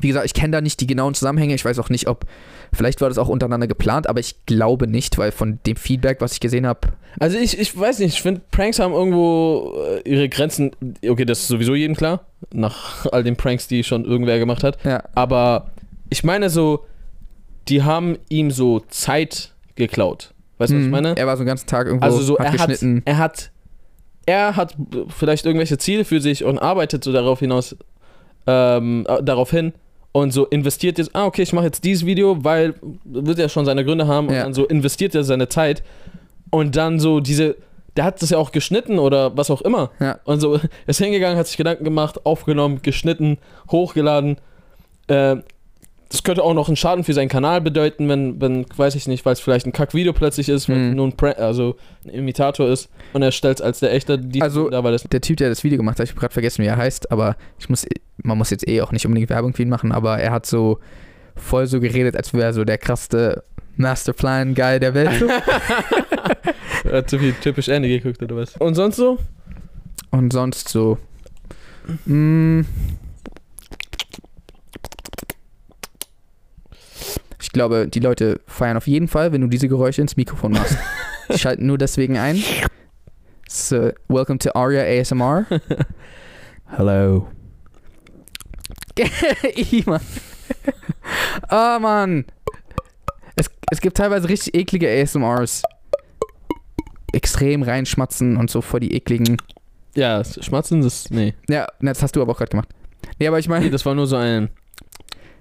A: wie gesagt, ich kenne da nicht die genauen Zusammenhänge. Ich weiß auch nicht, ob, vielleicht war das auch untereinander geplant, aber ich glaube nicht, weil von dem Feedback, was ich gesehen habe,
B: Also ich, ich weiß nicht, ich finde, Pranks haben irgendwo äh, ihre Grenzen. Okay, das ist sowieso jedem klar, nach all den Pranks, die schon irgendwer gemacht hat.
A: ja,
B: Aber ich meine so, die haben ihm so Zeit geklaut. Weißt du, was ich
A: Hm,
B: meine?
A: Er war so den ganzen Tag irgendwo,
B: Also so,
A: hat
B: er, hat,
A: geschnitten.
B: er hat, er hat vielleicht irgendwelche Ziele für sich und arbeitet so darauf hinaus, ähm, äh, darauf hin und so investiert jetzt, ah okay, ich mache jetzt dieses Video, weil wird ja schon seine Gründe haben und
A: Ja.
B: dann so investiert er seine Zeit und dann so diese, der hat das ja auch geschnitten oder was auch immer
A: Ja.
B: und so ist hingegangen, hat sich Gedanken gemacht, aufgenommen, geschnitten, hochgeladen. Äh, das könnte auch noch einen Schaden für seinen Kanal bedeuten, wenn, wenn weiß ich nicht, weil es vielleicht ein Kackvideo plötzlich ist, wenn
A: Hm.
B: nur ein, Prank, also ein Imitator ist und er stellt es als der echte Dienst
A: Also-
B: da, weil das
A: Der Typ, der das Video gemacht hat, ich habe gerade vergessen, wie er heißt, aber ich muss, man muss jetzt eh auch nicht unbedingt Werbung für ihn machen, aber er hat so voll so geredet, als wäre er so der krasseste Masterplan-Guy der Welt. so.
B: er hat äh, zu viel typisch Andy geguckt oder was. Und sonst so?
A: Und sonst so. Mm, ich glaube, die Leute feiern auf jeden Fall, wenn du diese Geräusche ins Mikrofon machst. Die schalten nur deswegen ein. So, welcome to Aria ASMR. Hello. Ih, Mann. oh Mann. Es, es gibt teilweise richtig eklige ASMRs. Extrem reinschmatzen und so voll die ekligen.
B: Ja, das Schmatzen, das. Nee.
A: Ja, na, das hast du aber auch gerade gemacht. Nee, aber ich
B: nee.
A: meine,
B: Das war nur so ein.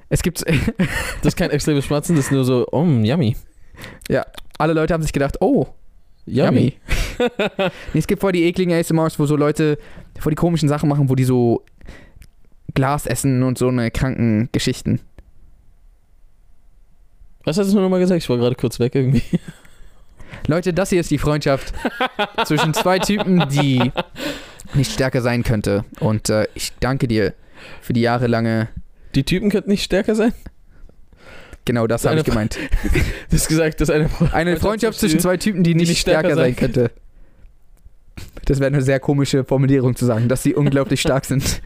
A: es gibt.
B: Das ist kein extremes Schmatzen, das ist nur so, oh, yummy.
A: Alle Leute haben sich gedacht, oh, yummy. nee, es gibt voll die ekligen ASMRs, wo so Leute voll die komischen Sachen machen, wo die so Glas essen und so eine kranken Geschichten.
B: Was hast du nur nochmal gesagt? Ich war gerade kurz weg irgendwie.
A: Leute, das hier ist die Freundschaft zwischen zwei Typen, die nicht stärker sein könnte. Und äh, ich danke dir für die jahrelange.
B: Die Typen könnten nicht stärker sein?
A: Genau das habe
B: Eine
A: ich gemeint.
B: Du hast gesagt, dass eine
A: Eine Freundschaft zwischen zwei Typen, die nicht,
B: nicht
A: stärker,
B: stärker
A: sein
B: sein
A: könnte. Das wäre eine sehr komische Formulierung zu sagen, dass sie unglaublich stark sind.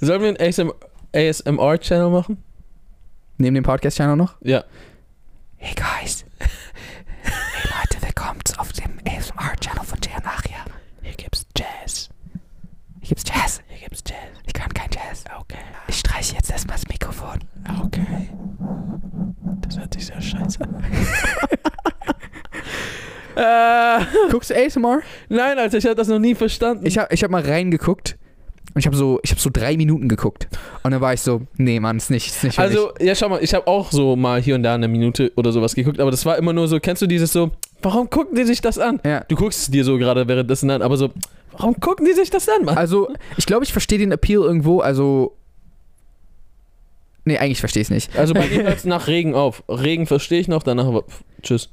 B: Sollen wir einen ASM ASMR-Channel machen?
A: Neben dem Podcast-Channel noch?
B: Ja.
A: Hey guys. Hey Leute, willkommen auf dem ASMR-Channel von Jay und Aria.
B: Hier gibt's Jazz.
A: Hier gibt's Jazz.
B: Hier gibt's Jazz.
A: Ich kann kein Jazz.
B: Okay.
A: Ich streiche jetzt erstmal das Mikrofon.
B: Okay. Das hört sich sehr scheiße an.
A: Guckst du ASMR?
B: Äh, nein, Alter, ich habe das noch nie verstanden.
A: Ich habe ich hab mal reingeguckt und ich habe so, ich hab so drei Minuten geguckt. Und dann war ich so, nee, Mann, ist nicht, ist nicht für mich.
B: also, ja, schau mal, ich habe auch so mal hier und da eine Minute oder sowas geguckt, aber das war immer nur so, kennst du dieses so, warum gucken die sich das an?
A: Ja.
B: Du guckst es dir so gerade währenddessen an, aber so, warum gucken die sich das an, Mann?
A: Also, ich glaube, ich verstehe den Appeal irgendwo, also. Nee, eigentlich verstehe ich es nicht.
B: Also bei ihm hört nach Regen auf. Regen verstehe ich noch, danach aber pf, tschüss.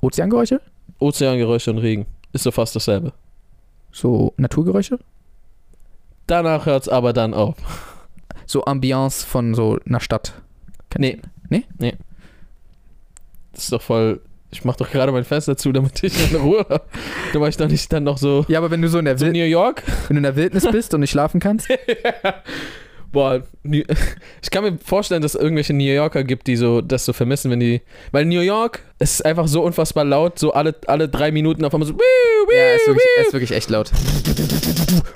A: Ozeangeräusche?
B: Ozeangeräusche und Regen. Ist so fast dasselbe.
A: So Naturgeräusche?
B: Danach hört's aber dann auf.
A: So Ambiance von so einer Stadt.
B: Nee.
A: Nee?
B: Nee. Das ist doch voll. Ich mach doch gerade mein Fenster zu, damit ich in Ruhe hab. Da war ich doch nicht dann noch so.
A: Ja, aber wenn du so in der,
B: So
A: Wild
B: New York?
A: wenn du in der Wildnis bist und nicht schlafen kannst.
B: Boah, New ich kann mir vorstellen, dass es irgendwelche New Yorker gibt, die so das so vermissen, wenn die. Weil New York es ist einfach so unfassbar laut, so alle, alle drei Minuten auf einmal so. Wiu, wiu,
A: ja, ist wirklich,
B: wiu.
A: ist wirklich echt laut.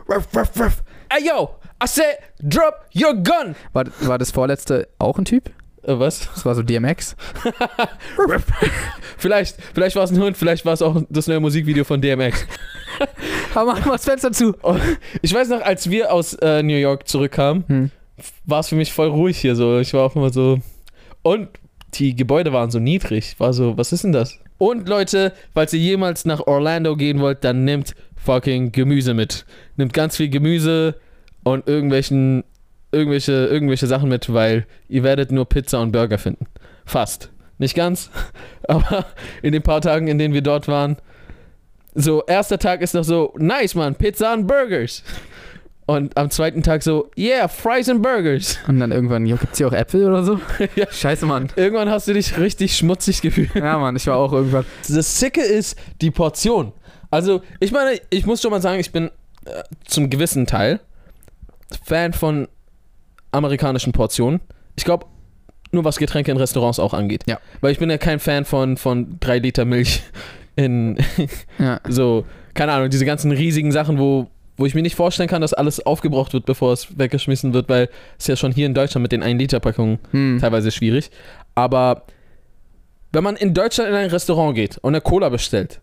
B: Ruff, ruff, ruff. Ey yo, I said drop your gun!
A: War, war das vorletzte auch ein Typ?
B: Äh, was?
A: Das war so DMX?
B: Vielleicht, vielleicht war es ein Hund, vielleicht war es auch das neue Musikvideo von DMX.
A: Aber mach mal das Fenster zu.
B: Ich weiß noch, als wir aus äh, New York zurückkamen,
A: Hm.
B: war es für mich voll ruhig hier so. Ich war auch immer so. Und die Gebäude waren so niedrig. War so, was ist denn das? Und Leute, falls ihr jemals nach Orlando gehen wollt, dann nehmt fucking Gemüse mit. Nehmt ganz viel Gemüse und irgendwelchen, irgendwelche, irgendwelche Sachen mit, weil ihr werdet nur Pizza und Burger finden. Fast. Nicht ganz, aber in den paar Tagen, in denen wir dort waren, so erster Tag ist noch so, nice, Mann, Pizza und Burgers. Und am zweiten Tag so, yeah, Fries and Burgers.
A: Und dann irgendwann, jo, gibt's hier auch Äpfel oder so?
B: Ja.
A: Scheiße, Mann.
B: Irgendwann hast du dich richtig schmutzig gefühlt.
A: Ja, Mann, ich war auch irgendwann.
B: Das Sicke ist die Portion. Also, ich meine, ich muss schon mal sagen, ich bin äh, zum gewissen Teil Fan von amerikanischen Portionen. Ich glaube, nur was Getränke in Restaurants auch angeht.
A: Ja.
B: Weil ich bin ja kein Fan von, von 3 Liter Milch in
A: Ja.
B: so, keine Ahnung, diese ganzen riesigen Sachen, wo, wo ich mir nicht vorstellen kann, dass alles aufgebraucht wird, bevor es weggeschmissen wird, weil es ja schon hier in Deutschland mit den 1 Liter Packungen
A: Hm.
B: teilweise schwierig. Aber wenn man in Deutschland in ein Restaurant geht und eine Cola bestellt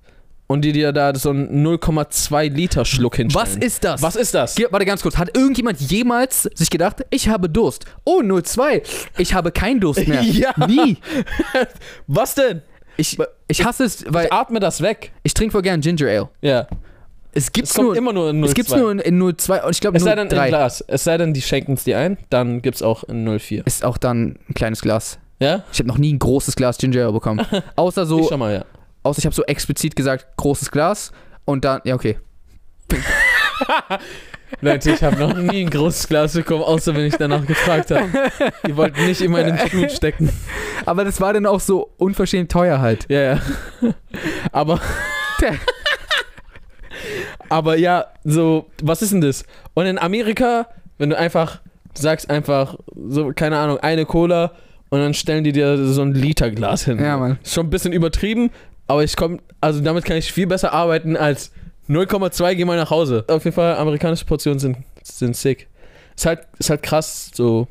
B: und die dir da so einen 0,2 Liter Schluck hinstellen.
A: Was ist das?
B: Was ist das?
A: Ge- Warte ganz kurz, hat irgendjemand jemals sich gedacht, ich habe Durst? Oh, 02, ich habe keinen Durst mehr.
B: Ja.
A: Nie.
B: Was denn?
A: Ich, ich hasse es, weil
B: Ich atme das weg.
A: ich trinke voll gern Ginger Ale.
B: Ja.
A: Es
B: Es
A: gibt's
B: kommt
A: nur,
B: immer nur in 0,2.
A: es gibt's nur in, in 02 und ich glaube
B: es sei denn in
A: 03
B: Glas. Es sei denn, die schenken es dir ein, dann gibt es auch in 0,4.
A: ist auch dann ein kleines Glas.
B: Ja?
A: Ich habe noch nie ein großes Glas Ginger Ale bekommen. Außer
B: ich
A: so,
B: schon mal, ja.
A: außer ich habe so explizit gesagt, großes Glas und dann, ja okay.
B: Leute, ich habe noch nie ein großes Glas bekommen, außer wenn ich danach gefragt habe. Ihr wollt nicht in meinen Schuhen stecken.
A: Aber das war dann auch so unverschämt teuer halt.
B: Ja, ja. Aber. aber ja, so, was ist denn das? Und in Amerika, wenn du einfach sagst, einfach, so, keine Ahnung, eine Cola und dann stellen die dir so ein Liter Glas hin.
A: Ja, Mann.
B: Ist Schon ein bisschen übertrieben, aber ich komme, also damit kann ich viel besser arbeiten als 0,2, geh mal nach Hause. Auf jeden Fall, amerikanische Portionen sind, sind sick. Ist halt, ist halt krass, so.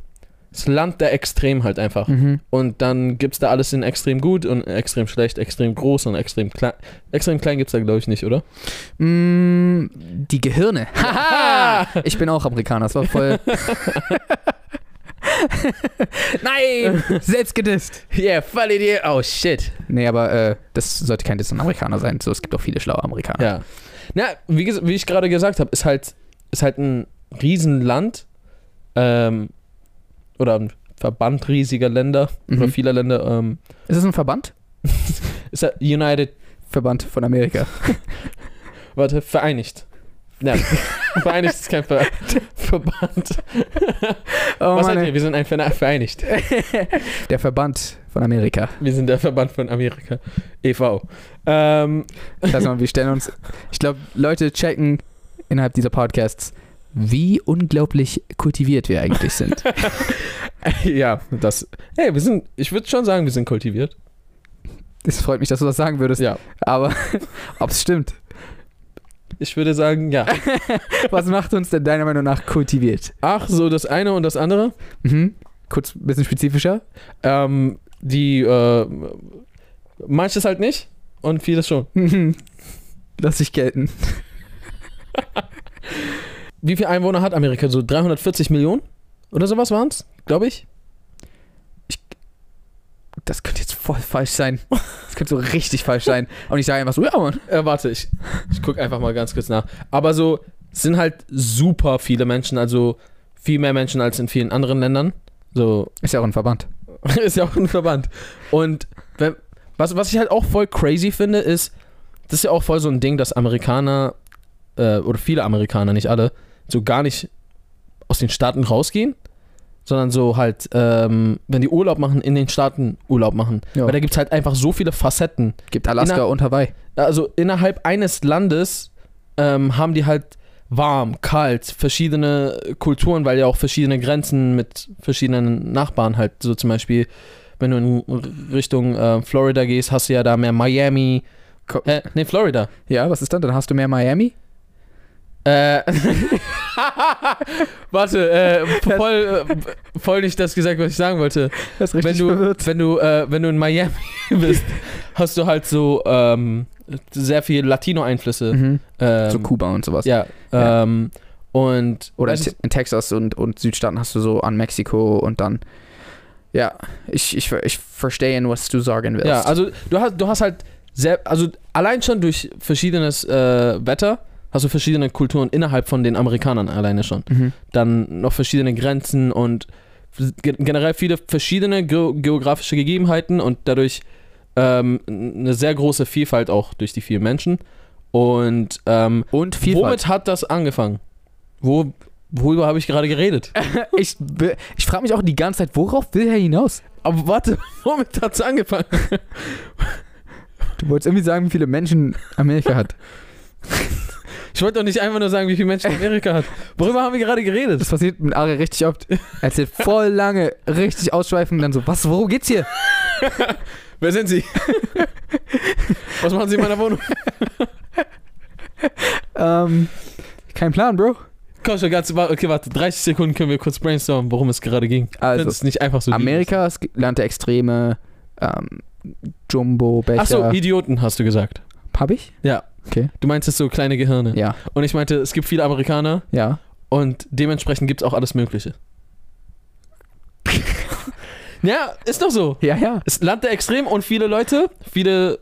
B: Das Land der Extrem halt einfach.
A: Mhm.
B: Und dann gibt's da alles in extrem gut und extrem schlecht, extrem groß und extrem klein. Extrem klein gibt's da, glaube ich, nicht, oder?
A: Mm, die Gehirne. Haha! Ich bin auch Amerikaner, das war voll. Nein! Selbst gedisst.
B: Yeah, voll Idee. Oh, shit.
A: Nee, aber äh, das sollte kein Diss an Amerikaner sein. So, es gibt auch viele schlaue Amerikaner.
B: Ja. Na, wie, ges- wie ich gerade gesagt habe, ist halt, ist halt ein Riesenland ähm, oder ein Verband riesiger Länder oder
A: Mhm.
B: vieler Länder. Ähm,
A: Ist es ein Verband?
B: ist halt United,
A: Verband von Amerika.
B: warte, vereinigt. Ja, vereinigt ist kein Ver Verband.
A: Oh, Mann,
B: Was seid
A: ey.
B: ihr? Wir sind ein Ver Vereinigt.
A: Der Verband von Amerika.
B: Wir sind der Verband von Amerika. EV. Ähm,
A: Lass mal, wir stellen uns. Ich glaube, Leute checken innerhalb dieser Podcasts, wie unglaublich kultiviert wir eigentlich sind.
B: ja, das. Hey, wir sind. Ich würde schon sagen, wir sind kultiviert.
A: Es freut mich, dass du das sagen würdest.
B: Ja.
A: Aber ob es stimmt.
B: Ich würde sagen, ja.
A: Was macht uns denn deiner Meinung nach kultiviert?
B: Ach, so das eine und das andere.
A: Mhm. Kurz ein bisschen spezifischer.
B: Ähm, die. Äh, manches halt nicht und vieles schon.
A: Mhm. Lass dich gelten.
B: Wie viele Einwohner hat Amerika? So 340 Millionen oder sowas waren es, glaube ich.
A: Das könnte jetzt voll falsch sein. Das könnte so richtig falsch sein. Und ich sage einfach so, ja, Mann.
B: Äh, warte, ich, ich gucke einfach mal ganz kurz nach. Aber so es sind halt super viele Menschen, also viel mehr Menschen als in vielen anderen Ländern. So
A: Ist ja auch ein Verband.
B: ist ja auch ein Verband. Und wenn, was, was ich halt auch voll crazy finde, ist, das ist ja auch voll so ein Ding, dass Amerikaner äh, oder viele Amerikaner, nicht alle, so gar nicht aus den Staaten rausgehen, sondern so halt, ähm, wenn die Urlaub machen, in den Staaten Urlaub machen.
A: Ja.
B: Weil da gibt es halt einfach so viele Facetten.
A: Gibt Alaska
B: Inner-
A: und Hawaii.
B: Also innerhalb eines Landes ähm, haben die halt warm, kalt, verschiedene Kulturen, weil ja auch verschiedene Grenzen mit verschiedenen Nachbarn halt, so zum Beispiel, wenn du in Richtung äh, Florida gehst, hast du ja da mehr Miami.
A: Co-
B: Äh, nee, Florida.
A: Ja, was ist dann? Dann hast du mehr Miami?
B: Äh, warte, äh, voll, äh, voll nicht das gesagt, was ich sagen wollte.
A: Das ist
B: wenn du, wenn du, äh, wenn du in Miami bist, hast du halt so ähm, sehr viel Latino-Einflüsse.
A: Mhm.
B: Ähm,
A: so Kuba und sowas.
B: Ja.
A: Ja.
B: Ähm, und
A: Oder in,
B: weiß
A: Te- in Texas und, und Südstaaten hast du so an Mexiko und dann. Ja, ich, ich, ver- ich verstehe, was du sagen
B: ich-
A: willst.
B: ja, also du hast, du hast halt sehr, also allein schon durch verschiedenes äh, Wetter hast du verschiedene Kulturen innerhalb von den Amerikanern alleine schon.
A: Mhm.
B: Dann noch verschiedene Grenzen und ge generell viele verschiedene ge geografische Gegebenheiten und dadurch ähm, eine sehr große Vielfalt auch durch die vielen Menschen. Und ähm,
A: Und Vielfalt.
B: womit hat das angefangen? Wo Worüber habe ich gerade geredet?
A: Ich, be- ich frage mich auch die ganze Zeit, worauf will er hinaus?
B: Aber warte, womit hat es angefangen?
A: Du wolltest irgendwie sagen, wie viele Menschen Amerika hat.
B: Ich wollte doch nicht einfach nur sagen, wie viele Menschen Amerika hat. Worüber haben wir gerade geredet?
A: Das passiert mit Ari richtig oft. Er erzählt voll lange, richtig ausschweifend, dann so, was, worum geht's hier?
B: Wer sind Sie? Was machen Sie in meiner Wohnung?
A: Ähm, kein Plan, Bro.
B: Komm schon, ganz, wa- okay, warte, 30 Sekunden können wir kurz brainstormen, worum es gerade ging.
A: Also,
B: das ist nicht einfach so.
A: Amerika, das Land der Extreme, ähm, Jumbo, Becher.
B: Achso, Idioten hast du gesagt.
A: hab ich?
B: Du meinst jetzt so kleine Gehirne.
A: Ja,
B: Und ich meinte, es gibt viele Amerikaner
A: ja.
B: und dementsprechend gibt es auch alles Mögliche. ja, ist doch so.
A: Ja, ja.
B: Das Land der Extremen und viele Leute, viele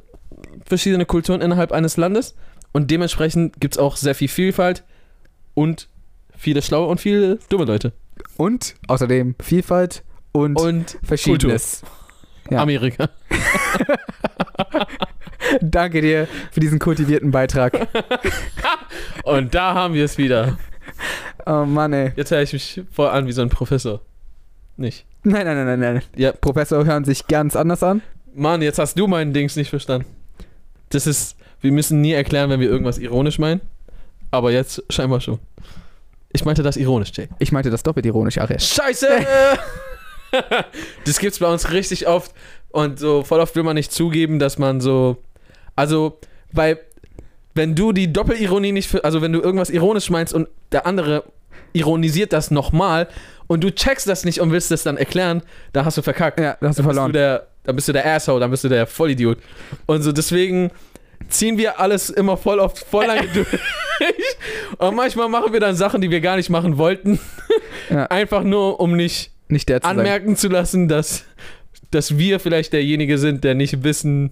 B: verschiedene Kulturen innerhalb eines Landes und dementsprechend gibt es auch sehr viel Vielfalt und viele schlaue und viele dumme Leute.
A: Und außerdem Vielfalt und,
B: Und
A: Verschiedenes. Ja.
B: Amerika.
A: Danke dir für diesen kultivierten Beitrag.
B: Und da haben wir es wieder.
A: Oh Mann, ey.
B: Jetzt höre ich mich voll an wie so ein Professor. Nicht.
A: Nein, nein, nein, nein, nein.
B: Ja.
A: Professor hören sich ganz anders an.
B: Mann, jetzt hast du meinen Dings nicht verstanden. Das ist, wir müssen nie erklären, wenn wir irgendwas ironisch meinen. Aber jetzt scheinbar schon. Ich meinte das ironisch, Jay.
A: Ich meinte das doppelt ironisch, Aresh.
B: Scheiße! das gibt's bei uns richtig oft. Und so voll oft will man nicht zugeben, dass man so. Also, weil, wenn du die Doppelironie nicht. Für, also, wenn du irgendwas ironisch meinst und der andere ironisiert das nochmal und du checkst das nicht und willst das dann erklären, da hast du verkackt.
A: Ja, da hast du
B: Dann bist du
A: verloren.
B: der, dann bist du der Asshole, dann bist du der Vollidiot. Und so deswegen ziehen wir alles immer voll oft voll lange durch. Und manchmal machen wir dann Sachen, die wir gar nicht machen wollten.
A: Ja.
B: Einfach nur, um nicht
A: Nicht der zu sein.
B: anmerken zu lassen, dass, dass wir vielleicht derjenige sind, der nicht wissen,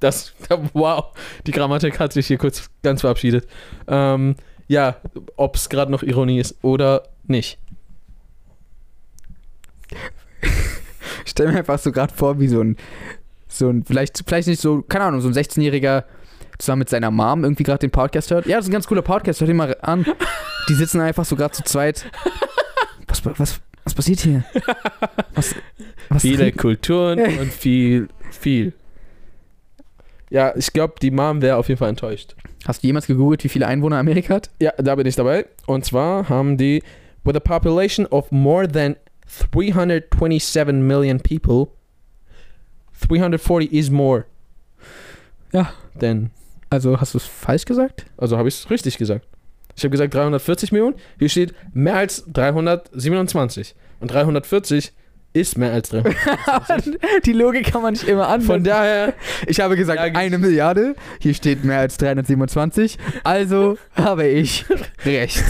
B: dass. Wow, die Grammatik hat sich hier kurz ganz verabschiedet. Ähm, ja, ob es gerade noch Ironie ist oder nicht.
A: Ich stell mir einfach so gerade vor, wie so ein, so ein, vielleicht, vielleicht nicht so, keine Ahnung, so ein 16-Jähriger zusammen mit seiner Mom irgendwie gerade den Podcast hört. Ja, das ist ein ganz cooler Podcast, hört ihn mal an. Die sitzen einfach so gerade zu zweit. Was, was, was passiert hier? Was, was
B: Viele
A: trinken-
B: Kulturen und viel, viel. Ja, ich glaube, die Mom wäre auf jeden Fall enttäuscht.
A: Hast du jemals gegoogelt, wie viele Einwohner Amerika hat?
B: Ja, da bin ich dabei. Und zwar haben die with a population of more than 327 million people. 340 is more.
A: Ja.
B: Denn,
A: Also hast du es falsch gesagt?
B: also habe ich es richtig gesagt. Ich habe gesagt 340 Millionen. Hier steht mehr als 327. Und 340 ist mehr als 300.
A: Die Logik kann man nicht immer anwenden.
B: Von daher,
A: Ich habe gesagt,
B: Ja, ge-
A: eine Milliarde. Hier steht mehr als 327. Also habe ich recht.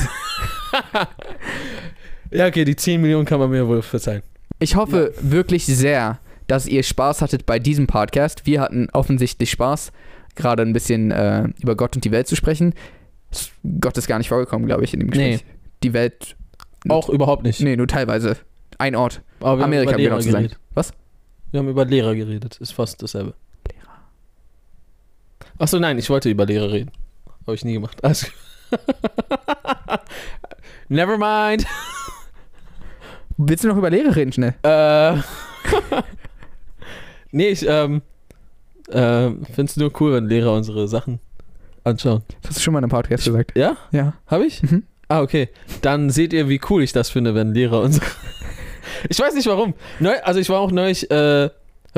B: ja, okay, die 10 Millionen kann man mir wohl verzeihen.
A: Ich hoffe wirklich sehr, dass ihr Spaß hattet bei diesem Podcast. Wir hatten offensichtlich Spaß, gerade ein bisschen äh, über Gott und die Welt zu sprechen. S- Gott ist gar nicht vorgekommen, glaube ich, in dem Gespräch. Die Welt,
B: Auch überhaupt nicht.
A: nee, nur teilweise. Ein Ort.
B: Aber wir
A: Amerika,
B: haben
A: um
B: über Lehrer
A: genau zu sein.
B: geredet.
A: Was?
B: Wir haben über Lehrer geredet. Ist fast dasselbe. Lehrer. Achso, nein, ich wollte über Lehrer reden. Habe ich nie gemacht. Also Never mind.
A: Willst du noch über Lehrer reden, schnell?
B: Äh. nee, ich ähm, äh, finde es nur cool, wenn Lehrer unsere Sachen anschauen.
A: Das hast du schon mal in einem Podcast gesagt.
B: Ja?
A: Ja.
B: Habe ich?
A: Mhm.
B: Ah, okay. Dann seht ihr, wie cool ich das finde, wenn Lehrer und so. Ich weiß nicht warum. Neu, also ich war auch neulich, äh, habe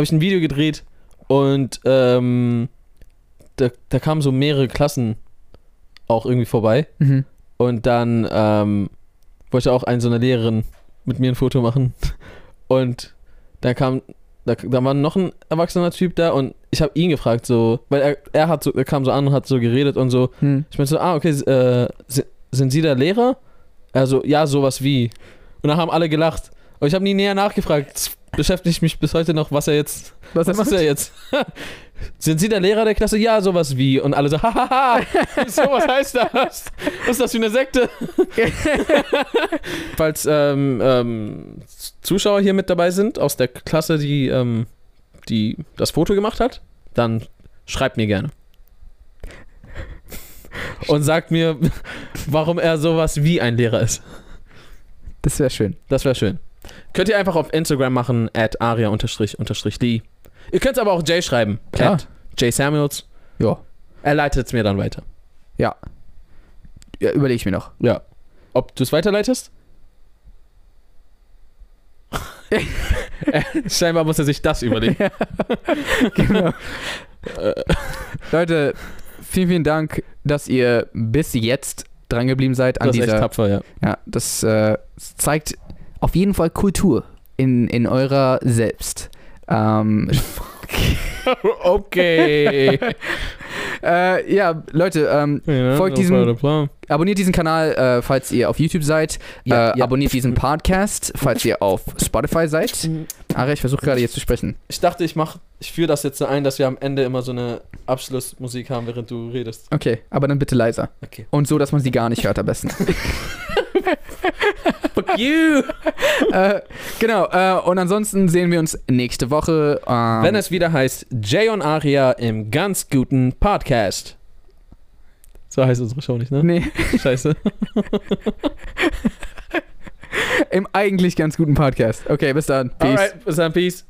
B: ich ein Video gedreht und ähm, da, da kamen so mehrere Klassen auch irgendwie vorbei.
A: Mhm.
B: Und dann ähm, wollte auch eine so eine Lehrerin mit mir ein Foto machen. Und dann kam, da, da war noch ein erwachsener Typ da und ich habe ihn gefragt, so, weil er, er hat so, er kam so an und hat so geredet und so,
A: Hm.
B: ich meinte so, ah, okay, äh, si- sind Sie der Lehrer? Also, ja, sowas wie. Und dann haben alle gelacht. Und ich habe nie näher nachgefragt. Es Beschäftigt mich bis heute noch, was er jetzt.
A: Was,
B: Was ist er jetzt? sind Sie der Lehrer der Klasse? Ja, sowas wie. Und alle so, hahaha, so was heißt das? Was ist das für eine Sekte? Falls ähm, ähm, Zuschauer hier mit dabei sind aus der Klasse, die, ähm, die das Foto gemacht hat, dann schreibt mir gerne. Und sagt mir, warum er sowas wie ein Lehrer ist.
A: Das wäre schön.
B: Das wäre schön. Könnt ihr einfach auf Instagram machen, at aria-die. Ihr könnt es aber auch Jay schreiben.
A: Klar.
B: At Jay Samuels.
A: Ja.
B: Er leitet es mir dann weiter.
A: Ja, überlege ich mir noch.
B: Ja. Ob du es weiterleitest? Äh, Scheinbar muss er sich das überlegen.
A: genau. Leute, vielen, vielen Dank, dass ihr bis jetzt drangeblieben seid an
B: Das ist echt
A: dieser
B: tapfer, ja.
A: Ja, das äh, zeigt auf jeden Fall Kultur in, in eurer selbst. Ähm,
B: Okay.
A: äh, ja, Leute, ähm, Folgt diesem- abonniert diesen Kanal, äh, falls ihr auf YouTube seid.
B: Ja,
A: äh,
B: ja.
A: Abonniert diesen Podcast, falls ihr auf Spotify seid. Ara, ich versuche gerade jetzt zu sprechen.
B: Ich dachte, ich mach, ich führe das jetzt so ein, dass wir am Ende immer so eine Abschlussmusik haben, während du redest.
A: Okay, aber dann bitte leiser.
B: Okay.
A: Und so, dass man sie gar nicht hört am besten.
B: Fuck you!
A: äh, genau, äh, und ansonsten sehen wir uns nächste Woche. Ähm,
B: Wenn es wieder heißt Jay und Aria im ganz guten Podcast. So heißt unsere Show nicht, ne?
A: Nee,
B: Scheiße.
A: im eigentlich ganz guten Podcast. Okay, bis dann. Peace.
B: Alright, bis dann, peace.